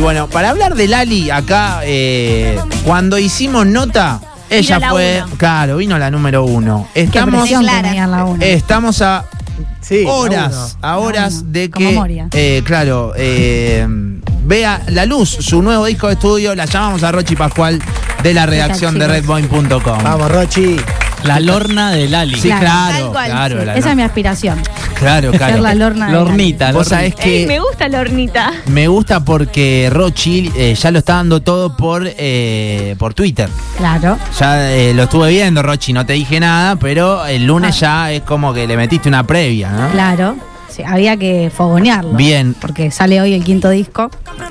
bueno, para hablar de Lali acá, eh, cuando hicimos nota, ella la fue. uno. Claro, vino la número uno. Estamos, presión Clara. tenía la una. estamos a Sí, horas, a horas Bueno, de como que, Moria. eh, claro, eh, vea la luz, su nuevo disco de estudio, la llamamos a Rochi Pascual de la redacción de chicos. redboin.com. Vamos, Rochi. La lorna de Lali. Sí, Tal claro, cual, claro, sí. la- Esa es mi aspiración. claro, Ser la claro. lorna. de La hornita. Vos la sabés hornita. Ey, me que gusta la hornita. me gusta porque Rochi eh, ya lo está dando todo por, eh, por Twitter. Lali. Claro. Ya eh, lo estuve viendo, Rochi, no te dije nada, pero el lunes Ah. ya es como que le metiste una previa, ¿no? Claro. Sí, había que fogonearlo. Bien. Porque sale hoy el quinto disco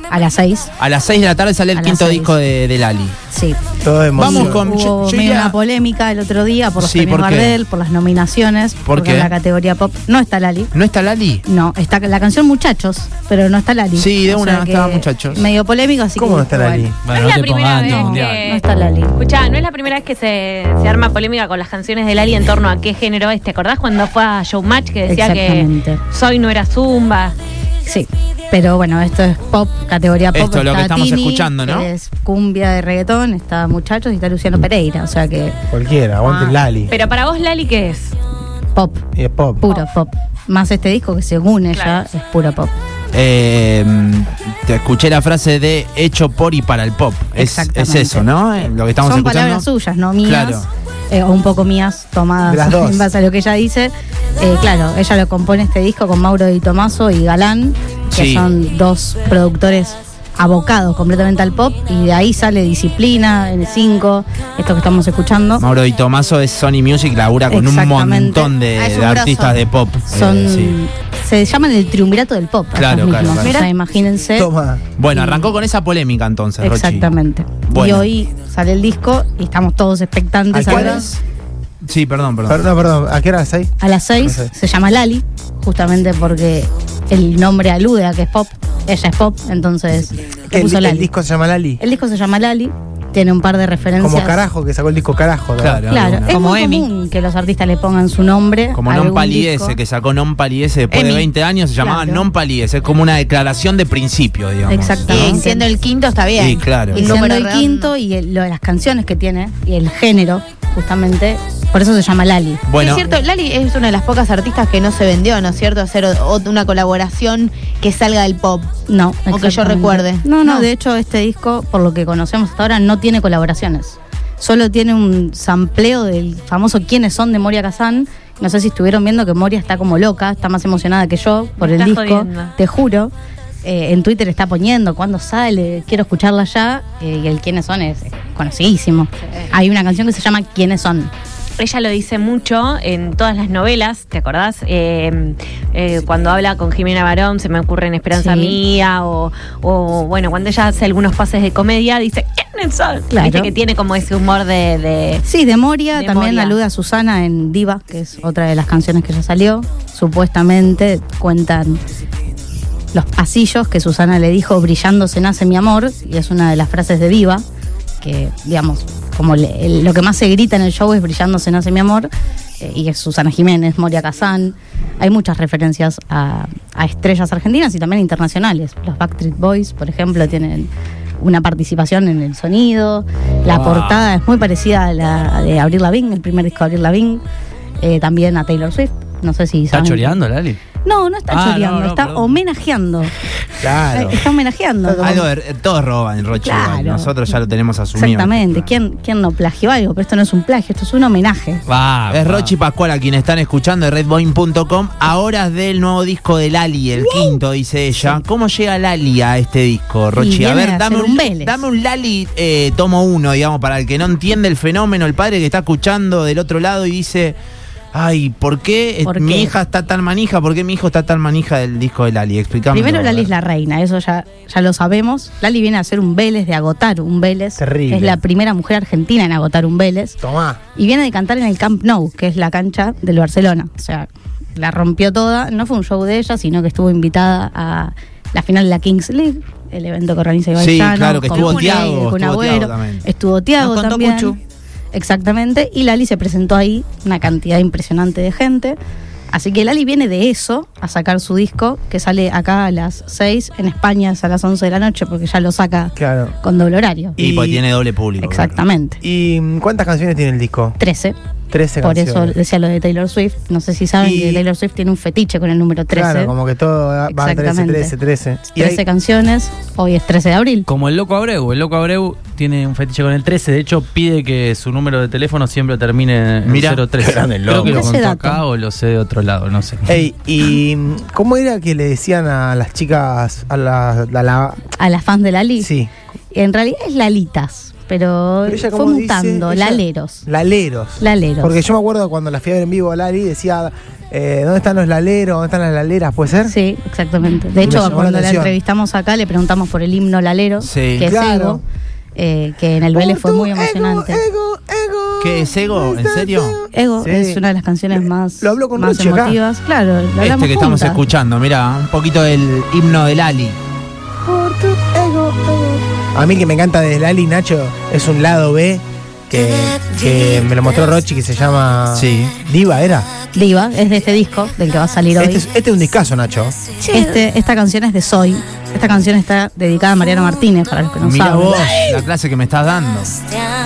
a las seis. A las 6 de la tarde sale el A las quinto seis. disco de, de Lali. Sí. Todo emoción. Vamos con- yo- Hubo yo medio iría- una polémica el otro día por los Sí, premios ¿por qué? Gardel, por las nominaciones, porque qué? en la categoría pop no está Lali. ¿No está Lali? No, está la canción Muchachos, pero no está Lali. Sí, de O una sea que estaba Muchachos. Medio polémico, así ¿Cómo que no está Lali? bueno, Bueno, no es te la primera pongas vez anti mundial. que... No está Lali. Escuchá, no es la primera vez que se, se arma polémica con las canciones de Lali en torno a qué género es. ¿Te acordás cuando fue a Showmatch que decía que Exactamente. Soy no era Zumba? Sí. Pero bueno, esto es pop, categoría pop. Esto es lo está que estamos Tini, escuchando, ¿no? que Es cumbia de reggaetón, está Muchachos y está Luciano Pereira, o sea que Cualquiera, aguante Ah, Lali. Pero para vos, Lali, ¿qué es? pop, Y es pop. puro pop. Más este disco que según ella Claro. es puro pop. Eh, te escuché la frase de hecho por y para el pop. Es, es Exactamente. eso, ¿no? Eh, Lo que estamos Son escuchando. palabras suyas, no mías. Claro. eh, o un poco mías tomadas De las dos. en base a lo que ella dice. Eh, claro, ella lo compone este disco con Mauro Di Tomaso y Galán, que Sí. son dos productores abocados completamente al pop, y de ahí sale Disciplina, en 5 esto que estamos escuchando. Mauro Di Tomaso es Sony Music, labura con un Exactamente. montón de, Ah, es un de artistas grosso. de pop. Eh, Son. sí. Se llaman el triunvirato del pop. Claro, ellos claro, mismos. claro. O sea, imagínense. Toma. Bueno, arrancó con esa polémica entonces, Rochi. Exactamente. Y Bueno. hoy sale el disco y estamos todos expectantes ¿A a qué ver. horas? Sí, perdón, perdón. Perdón, perdón. ¿A qué hora es ahí? A las 6 Perfecto. se llama Lali, justamente porque el nombre alude a que es pop. Ella es pop, entonces le El, puso el Lali. disco se llama Lali. El disco se llama Lali, tiene un par de referencias. Como carajo, que sacó el disco carajo. ¿no? Claro. Claro, Alguna. es Como muy Emi. común que los artistas le pongan su nombre. Como a Non algún Palidece, disco. que sacó Non Palidece después de Emi. 20 años, se llamaba Claro. Non Palidece. Es como una declaración de principio, digamos. Exactamente. Y siendo el quinto está bien. Sí, claro. Y Y El siendo número el redondo. quinto y el- lo de las canciones que tiene y el género, justamente, por eso se llama Lali. Bueno, Es cierto, Lali es una de las pocas artistas que no se vendió, ¿no es cierto? Hacer o- o- una colaboración que salga del pop. No, O que yo exactamente. recuerde. No, no, No. de hecho este disco, por lo que conocemos hasta ahora, no tiene colaboraciones. Solo tiene un sampleo del famoso Quiénes son de Moria Kazan. No sé si estuvieron viendo que Moria está como loca, está más emocionada que yo por Me el disco, estás jodiendo. te juro. Eh, en Twitter está poniendo cuándo sale, quiero escucharla ya. eh, y el Quiénes son es conocidísimo. Hay una canción que se llama Quiénes son. Ella lo dice mucho en todas las novelas, ¿te acordás? Eh, eh, cuando habla con Jimena Barón, se me ocurre en Esperanza Sí. Mía, o, o, bueno, cuando ella hace algunos pases de comedia, dice, ¿quién es sol? Claro. Viste que tiene como ese humor de... de- Sí, de Moria, De también Moria. alude a Susana en Diva, que es otra de las canciones que ya salió. Supuestamente cuentan los pasillos que Susana le dijo, brillando se nace mi amor, y es una de las frases de Diva, que digamos, como le- el- lo que más se grita en el show es brillando se nace mi amor, eh, y es Susana Jiménez, Moria Kazán. Hay muchas referencias a, a estrellas argentinas y también internacionales. Los Backstreet Boys, por ejemplo, tienen una participación en el sonido, la Wow. portada Ah, es muy parecida a la de Abril Lavigne, el primer disco de Abril Lavigne, eh, también a Taylor Swift. No sé si ¿Está saben- choreando, Lali? No, no está Ah, choreando, no, no, está perdón. homenajeando. Eh, Claro. Está homenajeando. algo de- todos roban, Rochi. igual. Claro. Nosotros ya lo tenemos asumido. Exactamente. Claro. ¿Quién, ¿Quién no plagió algo? Pero esto no es un plagio, esto es un homenaje. Va. Es va. Rochi Pascual a quien están escuchando de redboin.com a horas del nuevo disco de Lali, el quinto, dice ella. ¿Cómo llega Lali a este disco, Rochi? A viene ver, a dame hacer un, un Vélez. dame un Lali eh, tomo uno, digamos, para el que no entiende el fenómeno, el padre que está escuchando del otro lado y dice, ay, ¿por qué eh, ¿Por mi qué? hija está tan manija? ¿Por qué mi hijo está tan manija del disco de Lali? Explícame. Primero Lali es la reina, eso ya, ya lo sabemos. Lali viene a hacer un Vélez, de agotar un Vélez. Terrible. Es la primera mujer argentina en agotar un Vélez. Tomá. Y viene de cantar en el Camp Nou, que es la cancha del Barcelona. O sea, la rompió toda. No fue un show de ella, sino que estuvo invitada a la final de la Kings League, el evento que organiza Ibai Sí, Llano, claro, que con estuvo Cunei, Tiago, con estuvo Agüero. Tiago también. Estuvo Tiago Nos contó también. Cuchu. Exactamente. Y Lali se presentó ahí, una cantidad impresionante de gente. Así que Lali viene de eso a sacar su disco, que sale acá a las 6, en España es a las 11 de la noche, porque ya lo saca Claro. con doble horario. Y, Y- porque tiene doble público. Exactamente. ¿Y mm, cuántas canciones tiene el disco? 13. 13 Por canciones. eso decía lo de Taylor Swift. No sé si saben Y- que Taylor Swift tiene un fetiche con el número 13. Claro, como que todo ah, va va 13, Exactamente. 13, 13. Y 13 hay- canciones. Hoy es 13 de abril. Como el loco Abreu, el loco Abreu tiene un fetiche con el 13, de hecho pide que su número de teléfono siempre termine en Mirá, 013. qué grande el Creo loco. que lo Ese contó dato. acá o lo sé de otro lado, no sé. Ey, ¿y mm, cómo era que le decían a las chicas, a la... A la A las fans de Lali. sí. En realidad es Lalitas, pero, Pero ella, fue ¿cómo dice? mutando. Ella- Laleros. Laleros. Laleros. Porque yo me acuerdo cuando la fiebre en vivo a Lali decía, eh, ¿dónde están los laleros? ¿Dónde están las laleras? ¿Puede ser? Sí, exactamente. Me De hecho, llamó la cuando la, atención. entrevistamos acá, le preguntamos por el himno Lalero, Sí. que Claro. es Ego, eh, que en el Vélez fue muy emocionante. Ego, ego, ¿Qué es ego? ¿En serio? Ego Sí. Eh, es una de las canciones más, Lo hablo con más Luchi acá. emotivas. Claro, lo Este que hablamos estamos juntas. escuchando, mira, un poquito del himno del Ali. Por tu ego, ego. A mí que me encanta de Lali Nacho es un lado B que, que me lo mostró Rochi que se llama Sí. Diva, ¿era? Diva, es de este disco del que va a salir hoy. Este es, este es un discazo, Nacho. Este- esta canción es de Soy. Esta canción está dedicada a Mariano Martínez, para los que no Mira saben. vos, la clase que me estás dando.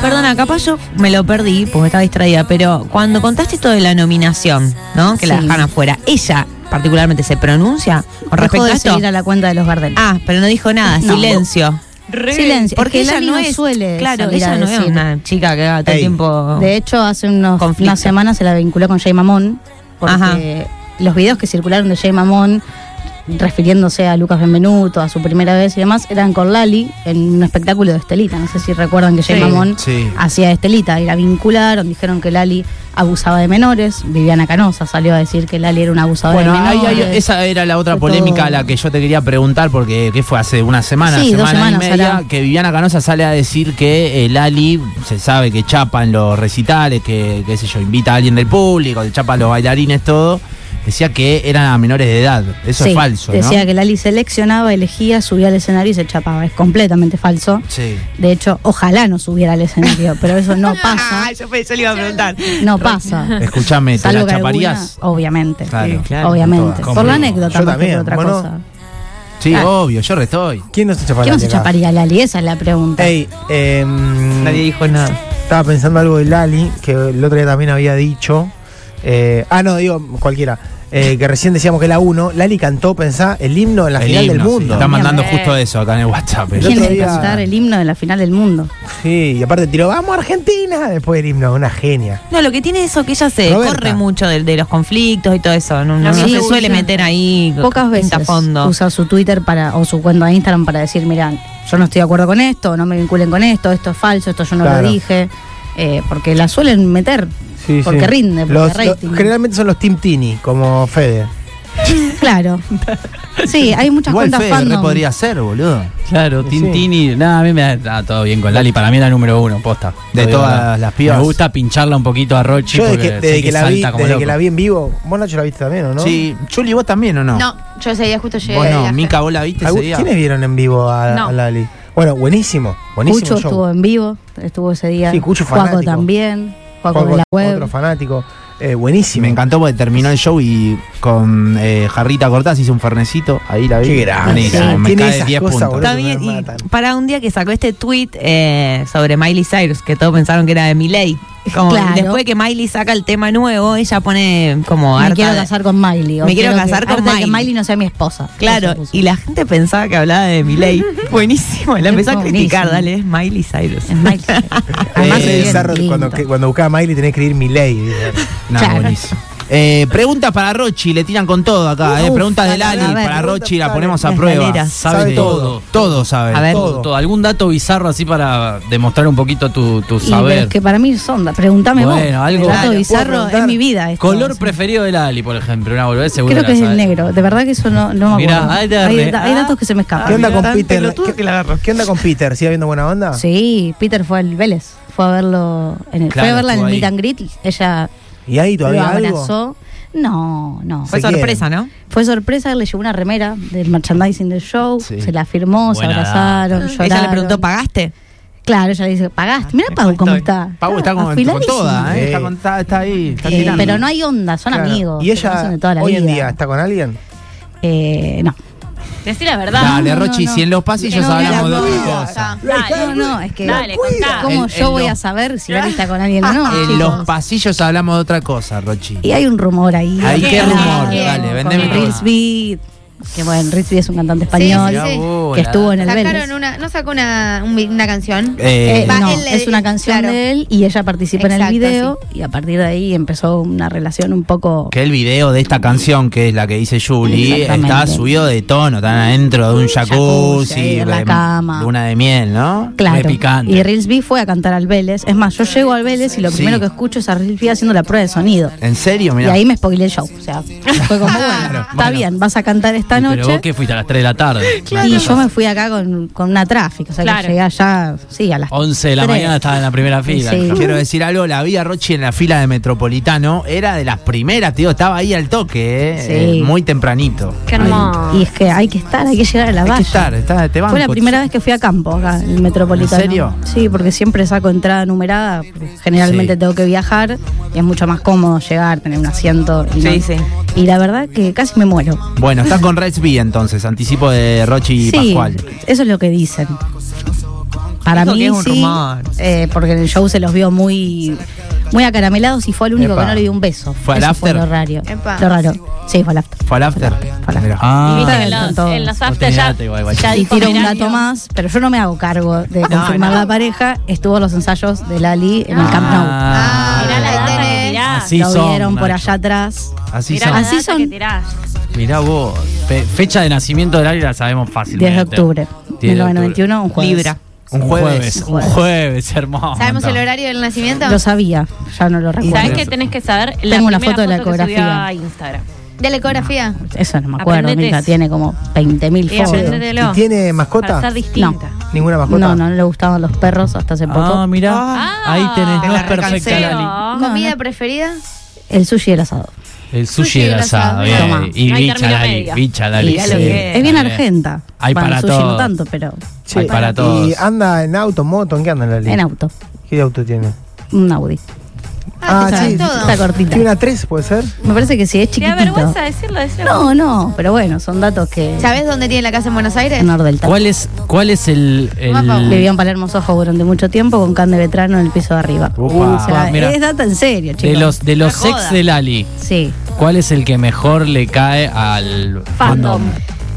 Perdona, capaz yo me lo perdí porque estaba distraída, pero cuando contaste todo de la nominación, ¿no? Que la Sí. dejaron afuera, ella particularmente se pronuncia con Dejó respecto a de esto. seguir a la cuenta de los Gardel. Ah, pero no dijo nada, silencio. Silencio. Porque es que ella Lali no es, suele claro, salir a ella no es decir. una chica que haga todo el Ey. tiempo. De hecho, hace unos, Conflicto. unas semanas se la vinculó con Jay Mamón, porque Ajá. los videos que circularon de Jay Mamón, refiriéndose a Lucas Benvenuto, a su primera vez y demás, eran con Lali en un espectáculo de Estelita. No sé si recuerdan que Jay Sí. Mamón Sí. hacía de Estelita y la vincularon, dijeron que Lali abusaba de menores. Viviana Canosa salió a decir que Lali era una abusadora Bueno, de ahí, menores. ahí- esa era la otra de polémica todo. a la que yo te quería preguntar, porque ¿qué fue hace una semana, Sí, dos semana y semanas media, hará. que Viviana Canosa sale a decir que el Ali se sabe que chapa en los recitales, que qué sé yo, invita a alguien del público, que chapa a los bailarines, todo. Decía que eran a menores de edad. Eso Sí, es falso, ¿no? Decía que Lali seleccionaba, elegía, subía al escenario y se chapaba. Es completamente falso. Sí. De hecho, ojalá no subiera al escenario, pero eso no pasa. Ah, yo pensé le iba a preguntar. No pasa. Escúchame, ¿te Salvo la que chaparías? alguna- obviamente. Claro. obviamente. Todas. Por la ¿Cómo no? anécdota Ah. Yo más que también, por otra bueno. cosa. Sí, Claro. obvio, yo restoy. ¿Quién nos echa ¿Quién no se chaparía Lali? Esa es la pregunta. Ey, em, Nadie dijo nada. Estaba pensando algo de Lali, que el otro día también había dicho. eh, ah, no, digo cualquiera. eh, que recién decíamos que era uno. Lali cantó, pensá, el himno en la El final himno, del sí. mundo. Están Bien. mandando justo eso acá en el WhatsApp. eh. el ¿Quién otro le día- cantar el himno de la final del mundo? Sí, y aparte tiró, ¡vamos Argentina! Después del himno, una genia. No, lo que tiene eso que ella se Roberta. corre mucho de, de los conflictos y todo eso. No, no- no Sí, se suele usa- meter ahí Pocas veces a fondo. usa su Twitter para, o su cuenta de Instagram para decir, miran, yo no estoy de acuerdo con esto, no me vinculen con esto, esto es falso, esto yo no Claro. lo dije. Eh, porque la suelen meter. Sí, Porque sí. rinde, porque Los- rating. los- generalmente son los Team Tini, como Fede. Claro. Sí, hay muchas Igual cuentas Fede re fandom. podría ser, boludo. Claro, Sí. Tintini. Nada, a mí me da ah, todo bien con Lali. Para mí era número uno, posta. De Lo digo, todas verdad. las pibas. Me gusta pincharla un poquito a Rochi. Yo desde porque que, sé desde que la, vi, salta como desde loco. que la vi en vivo, vos Nacho la viste también, ¿o no? Sí, Juli, ¿vos también o no? No, yo ese día justo llegué. Vos de no, viaje. Mica, ¿vos la viste ese ¿Algún- día? ¿Quiénes vieron en vivo a, No. a Lali? Bueno, buenísimo. Buenísimo Cucho show. estuvo en vivo, estuvo ese día. Sí, Cucho Juaco fanático. también, Juaco Juan de la Got- web. Otro fanático. Eh, Sí, buenísimo. me encantó porque terminó el show y con eh, Jarrita Cortás hizo un fernecito. Ahí la vi. Qué grande. Buenísimo, Sí, me tiene cae esas 10 cosas, puntos. boludo. Está bien, me y matan. para un día que sacó este tweet eh, sobre Miley Cyrus, que todos pensaron que era de Miley. Como Claro. después que Miley saca el tema nuevo, ella pone como Me harta quiero de- casar con Miley. o Me quiero que- casar con harta de que Miley. Miley no sea mi esposa. Claro, Eso puso. y la gente pensaba que hablaba de Miley. Buenísimo, la Es empezó a buenísimo. criticar, dale, es Miley Cyrus. Es Miley. Además, es Eh, bien bizarro que lindo. cuando, que- cuando buscaba a Miley tenés que ir Miley. dice. No, Claro. buenísimo. Eh, preguntas para Rochi, le tiran con todo acá. eh. Uf, Preguntas de a Lali ver, para Rochi, la sabe, ponemos a las prueba. galeras. Sabe todo. Todo sabe. A ver. Todo, todo. ¿Algún dato bizarro así para demostrar un poquito tu, tu Y, pero saber? es que para mí son, pregúntame Bueno, vos. El algo- dato Claro, puedo bizarro preguntar. es mi vida. esto, Color sí. preferido de Lali, por ejemplo. Una boludez seguro. Creo la que es el sabes. negro. De verdad que eso no, no me Mirá, acuerdo. ahí hay, te agarré. da- hay datos que se me ¿Qué escapan. onda con tan Peter? pelotudo ¿Qué, que la agarro. qué onda con Peter? ¿Sigue habiendo buena onda? Sí, Peter fue al Vélez. Fue a verlo en el, Claro, fue a verla en el estuvo Meet ahí. and Greet y ella ¿Y ahí lo todavía algo? abrazó. No, no. Fue Se sorpresa, ¿no? Fue sorpresa, le llevó una remera del merchandising del show, Sí. se la firmó, Buena se abrazaron, Ella le lloraron. preguntó, ¿pagaste? Claro, ella le dice, pagaste. Mira Pau Estoy- cómo está. Pau está Claro, con, con afiladísimo. toda, ¿eh? Sí. Está, con- está- está ahí, está Eh, tirando. pero no hay onda, son Claro. amigos. ¿Y se ella conocen de toda la hoy en vida. día está con alguien? Eh, no. Decí la verdad. Dale, No, no, Rochi, no. si en los pasillos No, hablamos de no, otra no, cosa. No, no, es que. Dale, contá. ¿Cómo Él- yo él voy no. a saber si Lali está con alguien o no? En Ah, chicos? los pasillos hablamos de otra cosa, Rochi. Y hay un rumor ahí. Ahí, ¿qué Claro, rumor? Dale, vendeme Con todo. Ritzby, que bueno, Ritzby es un cantante Sí, español sí, sí. que estuvo en el Vélez. Sacaron una, ¿No sacó una, un vi- una canción? Eh, Eh, Va, no, él le- es una canción claro. de él y ella participa en el Exacto, video y a partir de ahí empezó una relación un poco... Que el video de esta canción, que es la que dice Julie, Exactamente. está subido de tono, están adentro de un jacuzzi, Jacuzzi, en la de cama. luna de miel, ¿no? Claro. Re picante. Y Ritzby fue a cantar al Vélez. Es más, yo llego al Vélez y lo Sí. primero que escucho es a Ritzby haciendo la prueba de sonido. ¿En serio? Y Mirá. ahí me spoilé el show. O sea, fue como, bueno, está Bueno. bien, vas a cantar esta Pero noche. vos que fuiste a las 3 de la tarde. Y yo me fui acá con, con una tráfico, o sea Claro. que llegué allá, sí, a las 11 de la tres. mañana estaba en la primera fila. Sí. Quiero decir algo, la vi a Rochi en la fila de Metropolitano, era de las primeras, te digo, estaba ahí al toque, ¿eh? Sí. Eh, muy tempranito. Qué hermoso. Y es que hay que estar, hay que llegar a la Hay valla. que estar, está, te Fue la banco. primera vez que fui a campo acá, en el Metropolitano. ¿En serio? Sí, porque siempre saco entrada numerada, porque generalmente Sí. tengo que viajar y es mucho más cómodo llegar, tener un asiento. Y Sí, no- sí. Y la verdad que casi me muero. Bueno, estás con Reds B entonces, anticipo de Rochi y sí, Pascual. eso es lo que dicen. Para Dijo mí que es un sí, rumor. eh, porque en el show se los vio muy muy acaramelados y fue el único Epa. que no le dio un beso. ¿Fue al Eso after? lo raro. Epa. Lo raro. Sí, fue al after. ¿Fue al after? Fue al Mirá. after. Y viste que Ah, en están los, todos. en los Vos after tenés ya, data igual, guacho. ya Y dijo tiro un Melanio. dato más, pero yo no me hago cargo de confirmar la pareja. Estuvo los ensayos de Lali en el Camp Nou. Ah, Mirá la Ahí data que tenés. tirás. Así lo son, vieron por Nacho. allá atrás. Así Mirá son. la Así data son. que tirás. Mirá vos. Fe- fecha de nacimiento de Lali la sabemos fácil. 10 de octubre. 10 de octubre. 1991, un jueves. Libra. Un jueves. Un jueves, hermoso. ¿Sabemos el horario del nacimiento? Lo sabía, ya no lo recuerdo. ¿Sabés qué tenés que saber? La Tengo una primera foto de la que subió ecografía. a Instagram. ¿De la ecografía? Eso no me acuerdo, Aprendete mira, eso. tiene como Y 20.000 fotos. aprendetelo. ¿Y tiene Para mascota? ser distinta. ¿Ninguna mascota? No, no, no le gustaban los perros hasta hace poco. Ah, mirá. Ahí tenés. Te No la es perfecta, recancelo. Lali. ¿Comida No, no. preferida? El sushi y el asado. El sushi y del el asado. asado. bien. Toma. Y No hay bicha, término Lali. medio. Bicha, Lali. Y ya sí. lo que Es bien Está argenta. Hay Bueno, para sushi todo. no tanto, pero Hay para todos. ¿Y ah, anda en auto, moto? ¿En qué anda Lali? en auto. ¿Qué auto tiene? Un Audi. Ah, Esa- te sí. sabes todo. Esa cortita. ¿Tiene una 3, puede ser? Me parece que si es ¿Te da chiquitito. vergüenza decirlo? decirlo. No, no, pero bueno, son datos que... ¿Sabés dónde tiene la casa en Buenos Aires? Nor del Tato. ¿Cuál es, ¿Cuál es el. el- Vivió en Palermo Sojo durante mucho tiempo con Can de Vetrano en el piso de arriba. Upa. O sea, Mirá. es data en serio, chicos. de los, de los Una joda. ex de Lali? Sí, ¿Cuál es el que mejor le cae al Fandom.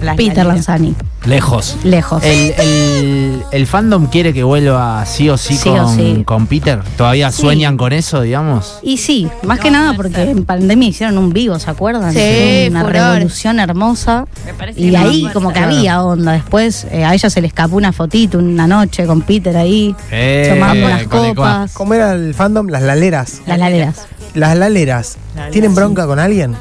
Las Peter lalitas. Lanzani, Lejos. lejos. Eh. El, el- el fandom quiere que vuelva sí o sí, Sí o con, sí. con Peter. ¿Todavía Sí. sueñan con eso, digamos? Y sí, más que nada porque en pandemia hicieron un vivo, ¿se acuerdan? Sí, Hicieron una furor. revolución hermosa. Me parece que Y no ahí me como que acuerdo. había onda. Después eh, a ella se le escapó una fotito una noche con Peter ahí, Eh, tomando con las el cuá. copas, ¿Cómo era el fandom? Las laleras. las laleras. Las laleras. ¿Tienen bronca con alguien?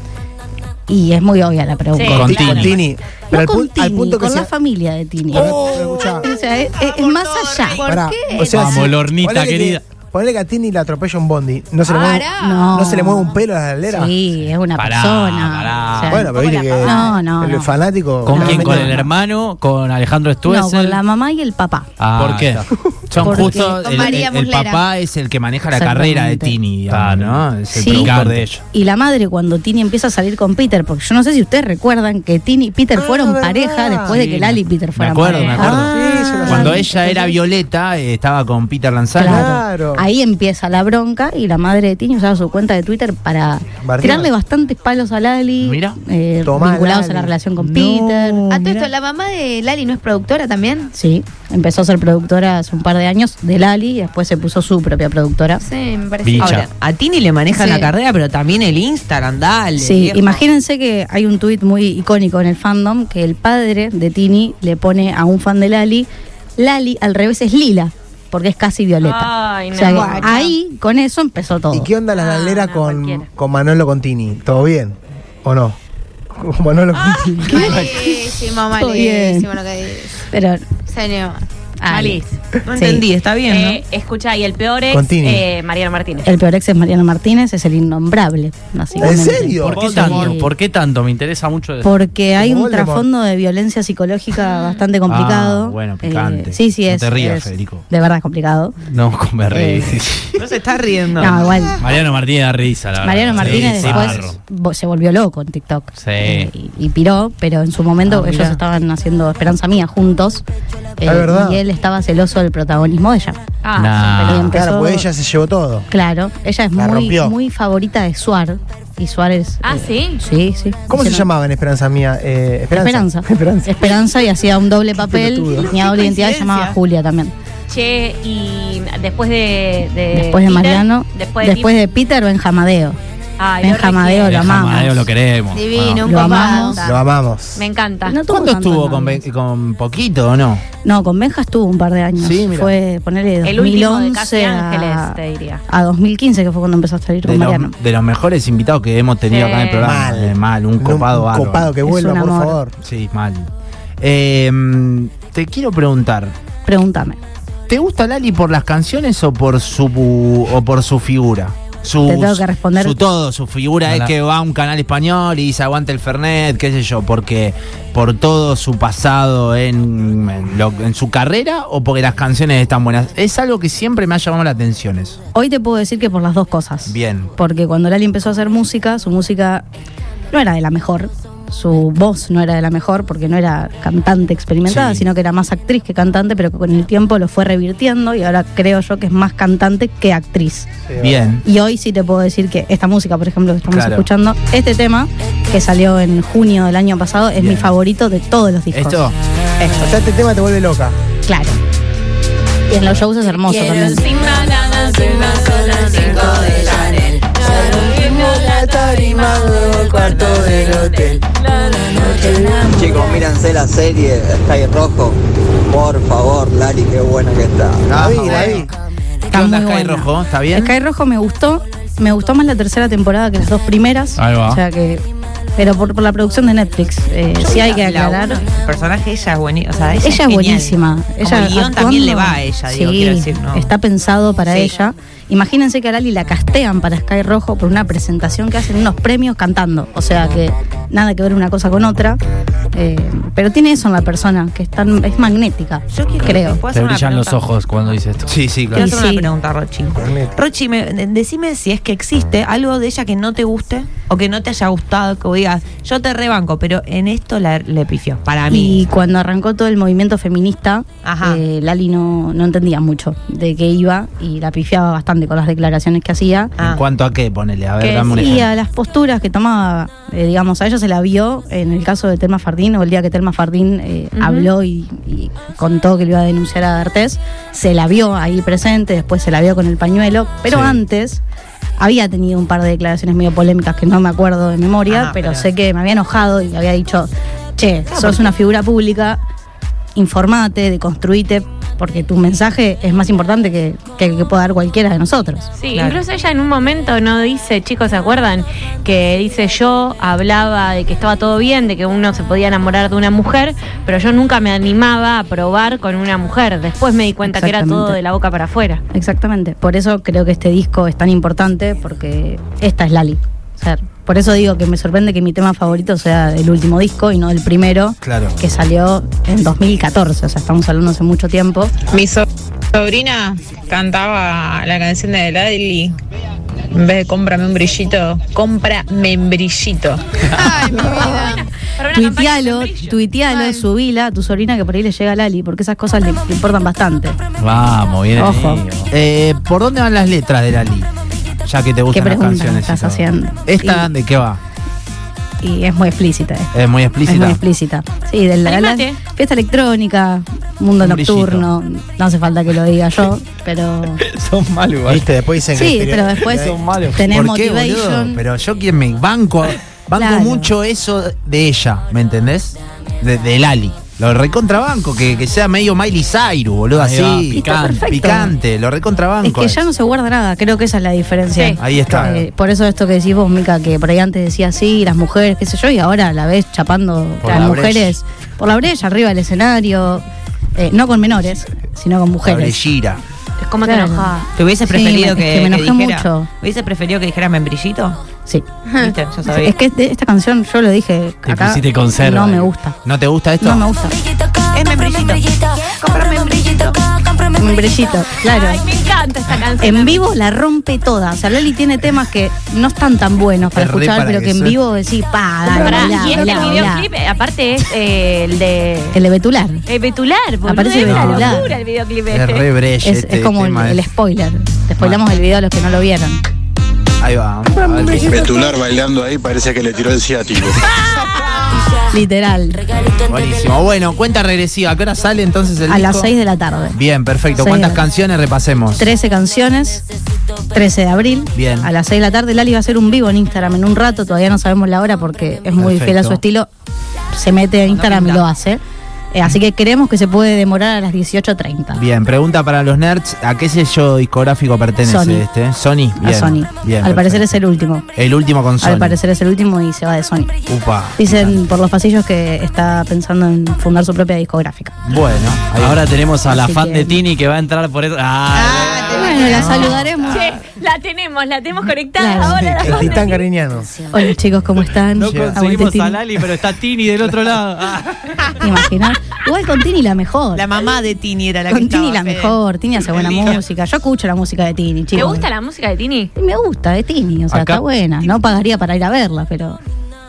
Y es muy obvia la pregunta. Sí, Con Ti- Tini. Tini. Pero No al, con pu- al Tini, punto que Oh. con se- la familia de Tini. Pero- pero escuchá, O sea, es, es- es más allá. pará, Oh. qué? o sea, Vamos, Lornita, ponele que- querida. Ponele que a Tini le atropella un bondi. ¿No se, le mueve, Pará. No. ¿no se le mueve un pelo a la lalera? Sí, es una Pará, persona. pará. O sea, Bueno, pero viste que No, no, el no. fanático... ¿Con No, quién? no, ¿Con no. el hermano? ¿Con Alejandro Stuessel? no, con la mamá y el papá. Ah, ¿Por qué? está. Son Porque- justo. Con El, María el- el Muslera. papá es el que maneja la carrera de Exactamente. Tini, digamos, ¿no? Es el Sí. productor de ellos. Y la madre cuando Tini empieza a salir con Peter, porque yo no sé si ustedes recuerdan que Tini y Peter Ah, fueron verdad. pareja después de Sí, que Lali y Peter me fueran acuerdo, pareja. me Ah, acuerdo. Sí, se lo Cuando sabe. ella era Violeta, eh, estaba con Peter Lanzani. Claro. Ahí empieza la bronca y la madre de Tini usaba su cuenta de Twitter para Bardear. tirarle bastantes palos a Lali, Mirá. eh, Tomá, vinculados Lali. a la relación con No. Peter. Ah, A Ah, todo esto, ¿la mamá de Lali no es productora también? Sí, empezó a ser productora hace un par de años de Lali y después se puso su propia productora. Sí, me parece. Bicha. Ahora, a Tini le manejan Sí. la carrera, pero también el Instagram, dale. Sí, viejo. imagínense que hay un tuit muy icónico en el fandom que el padre de Tini le pone a un fan de Lali, Lali al revés es lila, porque es casi violeta. Ay, no. o sea, que Guacha. ahí con eso empezó todo. ¿Y qué onda las Ah, laleras no, con, cualquiera. con Manolo con Tini? ¿Todo bien? ¿O no? Con Ah. Manolo con Tini. Malísimo, Todo bien. malísimo lo que dices. Pero Señor. Alice. No entendí, está bien, Eh, Escucha, y el peor es Contini. eh, Mariano Martínez. El peor ex es Mariano Martínez, es el innombrable, básicamente. ¿En serio? ¿Por qué tanto? ¿Por qué tanto? Me interesa mucho eso. Porque hay un Voldemort. trasfondo de violencia Ah. psicológica bastante complicado. Ah, bueno, Eh, picante. sí, sí, No es. te rías, es Federico. De verdad complicado. No, me reí. ¿no? No se está riendo. No, igual. Mariano Martínez da risa, la Mariano verdad. Martínez Ah, Sí, después barro. vo- se volvió loco en TikTok. Sí. Eh, y, y piró, pero en su momento Ah, ellos mirá. estaban haciendo Esperanza Mía juntos. eh, Ah, verdad. y él estaba celoso del protagonismo de ella. Ah, Nah. Y empezó- Claro, pues ella se llevó todo. Claro, ella es La muy, rompió. muy favorita de Suar. Y Suárez. Ah, eh, ¿sí? Sí, sí. ¿Cómo se Hicieron- llamaba en Esperanza Mía? Eh, Esperanza. Esperanza. Esperanza y hacía un doble papel. pelotudo. y Tenía doble identidad y se llamaba coincidencia. Julia también. Che, y después de. de Después de Eh, Peter, Mariano, Después después, de. de Peter, Benjamadeo. Ay, lo Benjamadeo requiero. lo Deja, amamos. Amadeo, lo queremos. Divino, un Lo papá. amamos. Lo amamos. Me encanta. No tuvo ¿Cuánto tantos estuvo con, nombres. Ben- con poquito o no? No, con Benja estuvo un par de años. Sí, mira. Fue, ponerle El último de 2011 Casi Ángeles, a, te diría. a 2015, que fue cuando empezó a salir De con los, Mariano. de los mejores invitados que hemos tenido acá en el Sí. programa. Mal. Eh, mal, un copado Un bárbaro. copado que Es vuelva, un por amor. favor. Sí, mal. Eh, te quiero preguntar, Pregúntame. ¿te gusta Lali por las canciones o por su o por su figura? Su, Te tengo que responder. Su todo, su figura es Mala. que va a un canal español y dice aguante el Fernet, qué sé yo, porque por todo su pasado en, en lo- en su carrera o porque las canciones están buenas. Es algo que siempre me ha llamado la atención eso. Hoy te puedo decir que por las dos cosas. Bien. Porque cuando Lali empezó a hacer música, su música no era de la mejor. Su voz no era de la mejor porque no era cantante experimentada, Sí. sino que era más actriz que cantante, pero que con el tiempo lo fue revirtiendo y ahora creo yo que es más cantante que actriz. Bien. Y hoy sí te puedo decir que esta música, por ejemplo, que estamos Claro. escuchando, este tema que salió en junio del año pasado, es Bien. mi favorito de todos los discos. Esto, O sea, este tema te vuelve loca. Claro. Y en los shows es hermoso también. Chicos, mírense la serie Sky Rojo. Por favor, Lari, qué buena que está. La vi, la vi. ¿qué Está onda muy Sky buena. Rojo? ¿Está bien? Sky Rojo me gustó, me gustó más la tercera temporada que las dos primeras. Ahí va. O sea que. Pero por, por la producción de Netflix, eh, sí hay que La aclarar. uno, el personaje ella es buenísima. O sea, ella, Ella es genial. buenísima. Como Ella el guión actuando- también le va a ella, digo, Sí, quiero decir, ¿no? Está pensado para Sí. ella. Imagínense que a Lali la castean para Sky Rojo por una presentación que hacen unos premios cantando. O sea que nada que ver una cosa con otra. Eh, pero tiene eso en la persona, que es, tan, es magnética. Yo quiero, creo. ¿puedo Te hacer una brillan los pregunta? ojos cuando dice esto. Sí, sí, Quiero claro. Y hacer una sí. pregunta, Rochi. Permite. Rochi, me- de- decime si es que existe algo de ella que no te guste o que no te haya gustado, que vos digas, yo te rebanco, pero en esto la, le pifió. Para mí. Y cuando arrancó todo el movimiento feminista, Ajá. eh, Lali no, no entendía mucho de qué iba y la pifiaba bastante con las declaraciones que hacía. Ah. ¿En cuanto a qué? Ponele, a ¿Qué ver, dame un Y a ejemplo. las posturas que tomaba, eh, digamos, a ella se la vio en el caso de Telma Fardín, o el día que Telma Fardín eh, Ujú. habló y, y contó que le iba a denunciar a D'Artés, se la vio ahí presente, después se la vio con el pañuelo, pero Sí. antes había tenido un par de declaraciones medio polémicas que no me acuerdo de memoria, Ah, pero, pero- sé que me había enojado y le había dicho, che, Ah, sos una figura pública, informate, deconstruite, porque tu mensaje es más importante que, que el que pueda dar cualquiera de nosotros. Sí, Claro. incluso ella en un momento no dice, chicos, ¿se acuerdan? Que dice yo hablaba de que estaba todo bien, de que uno se podía enamorar de una mujer, pero yo nunca me animaba a probar con una mujer. Después me di cuenta que era todo Exactamente. de la boca para afuera. Exactamente. Por eso creo que este disco es tan importante, porque esta es Lali. O sea, por eso digo que me sorprende que mi tema favorito sea el último disco y no el primero, Claro. que salió en 2014. O sea, estamos hablando hace mucho tiempo. Mi so- sobrina cantaba la canción de Lali. En vez de cómprame un brillito, compra membrillito. Ay, mi vida. Para una campaña de Tuitealo, membrillo. tuitealo, Ay. subila a tu sobrina que por ahí le llega a Lali, porque esas cosas le, le importan bastante. Vamos, bien. Ojo. ahí. Eh, ¿Por dónde van las letras de Lali? Ya que te ¿Qué gustan las pregunta canciones. y estás todo. haciendo? ¿Esta Y- de qué va? Y es muy explícita. eh. ¿Es muy Es explícita? muy explícita. Sí, de la, la- Animate. fiesta electrónica, mundo Un brillito. nocturno. No hace falta que lo diga yo, pero Son malos igual. Viste, después dicen Sí, que. pero después Son malos. tenés ¿Por qué, boludo? motivation. Pero yo quien me banco, banco Claro. mucho eso de ella, ¿me entendés? De, de Lali. Lo recontrabanco, que, que sea medio Miley Cyrus, boludo, Ahí así. va. pican- Está Picante, perfecto. lo es recontrabanco. que ya no se guarda nada, creo que esa es la diferencia. Sí. Ahí está. Eh, por eso esto que decís vos, Mica, que por ahí antes decía así, las mujeres, qué sé yo, y ahora la ves chapando Por a la mujeres por la brecha, arriba del escenario, eh, no con menores, sino con Sobre mujeres. Gira. Es como te Claro. enojaba. ¿Te hubiese Sí, preferido me- que, es que me que enojé dijera, mucho. ¿Hubiese preferido que dijera membrillito? Sí. ¿Viste? Yo sabía. Es que de- esta canción, yo lo dije. Te acá, pusiste conserva, No me eh. gusta. ¿No te gusta esto? No me gusta. Es membrillito. Cómprame membrillito. Un brillito, claro. Em, Ay, me encanta esta canción. En vivo la rompe toda. O sea, Lali tiene temas que no están tan buenos para Es re escuchar, para pero que que en suene. vivo decís, pa, dale, Pará, bailá, y este bailá, videoclip, bailá. eh, aparte es eh, el de. El de Betular. El Betular, boludo. Aparece es una Betular. locura el videoclip Es este. re breche Es, este es como el, tema, el es- spoiler. Te spoilamos el video a los que no lo vieron. Ahí va. a ver. Betular bailando ahí parece que le tiró el ciático. Literal. Buenísimo. Bueno, cuenta regresiva. ¿A qué hora sale entonces el A disco? las 6 de la tarde. Bien, perfecto. Seis ¿Cuántas de la- canciones repasemos? 13 canciones. 13 de abril. Bien. A las 6 de la tarde. Lali va a hacer un vivo en Instagram en un rato. Todavía no sabemos la hora porque es muy Perfecto. fiel a su estilo. Se mete a Instagram y lo hace. Eh, así que creemos que se puede demorar a las 18.30. Bien, pregunta para los nerds. ¿A qué sello discográfico pertenece Sony. este? Sony. A Bien. Sony. Bien, Al parecer es perfecto. el último. el último con Sony. Al parecer es el último y se va de Sony. Upa. Dicen por los pasillos que está pensando en fundar su propia discográfica. Bueno, ahí Ahora tenemos a la Así fan que- de Tini que va a entrar por eso. Ah, Bueno, la saludaremos. Che, la tenemos, la tenemos conectada Claro. ahora. la El fan de titán Tini. cariñano. Hola chicos, ¿cómo están? no Aguante, conseguimos a Tini. Lali, pero está Tini del otro lado. Ah. ¿Te imaginas? Igual con Tini la mejor. La mamá de Tini era la que con Tini la estaba, Fede. mejor. Tini hace buena música. Yo escucho la música de Tini, ¿Te chicos. gusta la música de Tini? Y Me gusta de Tini, o sea, Acá- está buena. No pagaría para ir a verla, pero.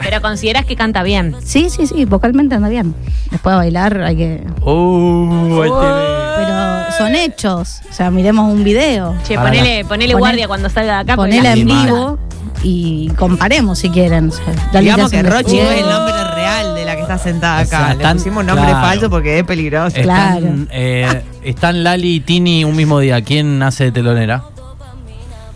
Pero consideras que canta bien. Sí, sí, sí, vocalmente anda bien. Después de bailar hay que. Uh, ahí tiene. Pero son hechos. O sea, miremos un video. Che, Para ponele, ponele Poné- guardia cuando salga de acá. porque Ponela la- en Animal. vivo y comparemos si quieren. O sea, Lali te Digamos hace que un Rochi video. no es el nombre real de la que está sentada O sea, acá. Le tan- pusimos nombre claro. falso porque es peligroso. Están, Claro. eh, están Lali y Tini un mismo día. ¿Quién hace de telonera?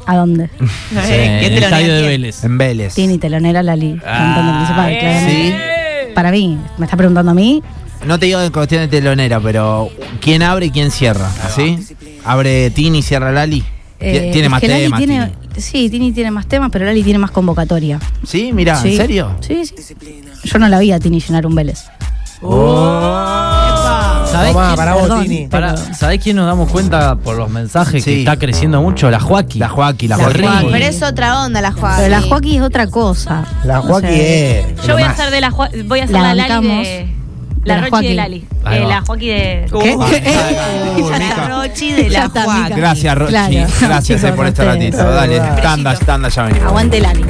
¿A dónde? No, Sí, eh, en ¿quién te el lo estadio nega? de ¿Quién? Vélez. en Vélez. Tini, telonera, Lali. cantante Ah, principal, eh. claramente. Para mí, me está preguntando a mí. No te digo en cuestión de telonera, pero ¿quién abre y quién cierra? ¿Sí? ¿Abre Tini, cierra Lali? eh, tiene es más que Lali temas. tiene- Tini. Sí, Tini tiene más temas, pero Lali tiene más convocatoria. ¿Sí? Mirá, Sí. Ah, ¿en serio? Sí, sí. Yo no la vi a Tini llenar un Vélez. ¿Sabés Tomá, quién- para vos, Perdón. Tini. Pará, ¿Sabés quién nos damos cuenta por los mensajes Sí. que está creciendo mucho? La Joaquín. La Joaquín, la La Joaquín. Joaquín. Pero es otra onda la Joaquín. Pero la Joaquín es otra cosa. La O Joaquín sea, es. Yo voy a hacer de la Joa- voy a hacer la, La Lali bancamos. de la De la Rochi de Joaquín. Lali. Ahí Eh, va. la Joaquín de ¿Qué? Uy, La Rochi de Ya la está, Joaquín. Mica. Gracias, Rochi. Claro. Gracias eh, Chicos, por a estar ustedes. ratito. Dale, tanda, tanda, ya venimos. Aguante Lali.